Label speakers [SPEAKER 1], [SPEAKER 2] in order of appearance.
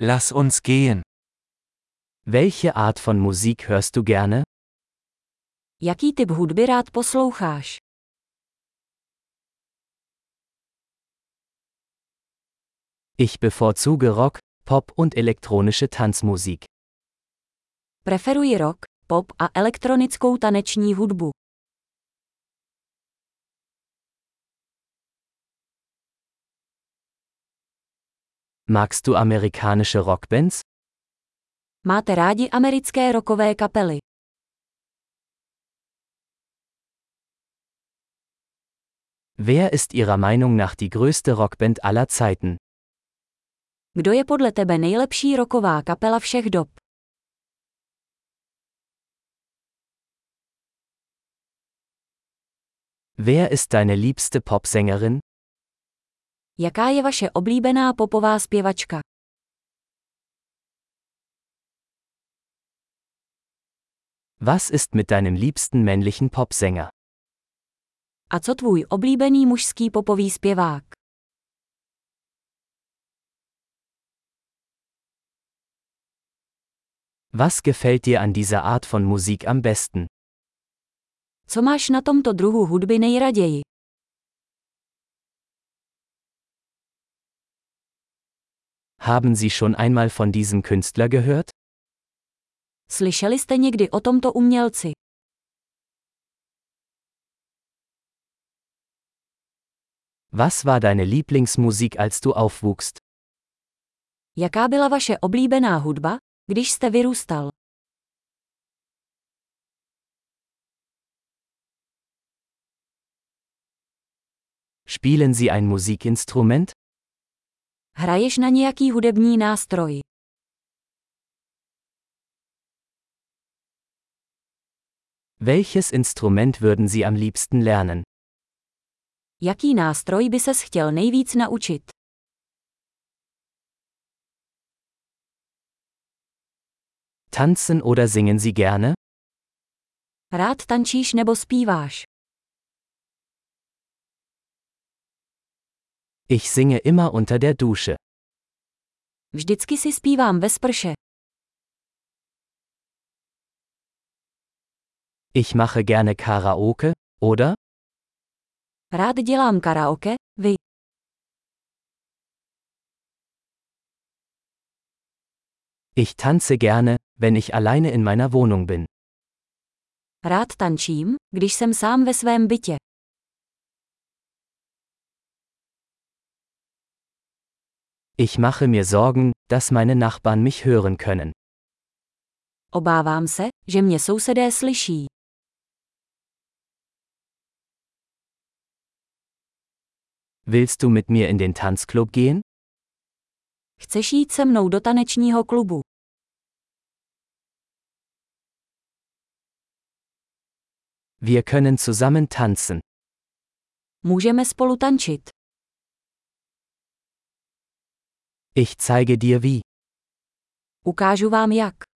[SPEAKER 1] Lass uns gehen.
[SPEAKER 2] Welche Art von Musik hörst du gerne?
[SPEAKER 3] Jaký typ hudby rád posloucháš?
[SPEAKER 2] Ich bevorzuge Rock, Pop und elektronische Tanzmusik.
[SPEAKER 3] Preferuji rock, pop a elektronickou taneční hudbu.
[SPEAKER 2] Magst du amerikanische Rockbands?
[SPEAKER 3] Máte rádi americké rockové kapely?
[SPEAKER 2] Wer ist Ihrer Meinung nach die größte Rockband aller Zeiten?
[SPEAKER 3] Kdo je podle tebe nejlepší roková kapela všech dob?
[SPEAKER 2] Wer ist deine liebste Popsängerin?
[SPEAKER 3] Jaká je vaše oblíbená popová zpěvačka?
[SPEAKER 2] Was ist mit deinem liebsten männlichen Popsänger?
[SPEAKER 3] A co tvůj oblíbený mužský popový zpěvák?
[SPEAKER 2] Was gefällt dir an dieser Art von Musik am besten?
[SPEAKER 3] Co máš na tomto druhu hudby nejraději?
[SPEAKER 2] Haben Sie schon einmal von diesem Künstler gehört?
[SPEAKER 3] Slyšeli jste někdy o tomto umělci?
[SPEAKER 2] Was war deine Lieblingsmusik, als du aufwuchst?
[SPEAKER 3] Jaká byla vaše oblíbená hudba, když jste vyrůstal?
[SPEAKER 2] Spielen Sie ein Musikinstrument?
[SPEAKER 3] Hraješ na nějaký hudební nástroj?
[SPEAKER 2] Welches Instrument würden Sie am liebsten lernen?
[SPEAKER 3] Jaký nástroj by ses chtěl nejvíc naučit?
[SPEAKER 2] Tanzen oder singen Sie gerne?
[SPEAKER 3] Rád tančíš nebo zpíváš?
[SPEAKER 2] Ich singe immer unter der Dusche.
[SPEAKER 3] Vždycky si zpívám ve sprše.
[SPEAKER 2] Ich mache gerne Karaoke, oder?
[SPEAKER 3] Rád dělám karaoke, vy.
[SPEAKER 2] Ich tanze gerne, wenn ich alleine in meiner Wohnung bin.
[SPEAKER 3] Rád tančím, když jsem sám ve svém bytě.
[SPEAKER 2] Ich mache mir Sorgen, dass meine Nachbarn mich hören können.
[SPEAKER 3] Obávám se, že mě sousedé slyší.
[SPEAKER 2] Willst du mit mir in den Tanzclub gehen?
[SPEAKER 3] Chceš jít se mnou do tanečního klubu?
[SPEAKER 2] Wir können zusammen tanzen.
[SPEAKER 3] Můžeme spolu tančit.
[SPEAKER 2] Ich zeige dir wie.
[SPEAKER 3] Ukážu vám jak.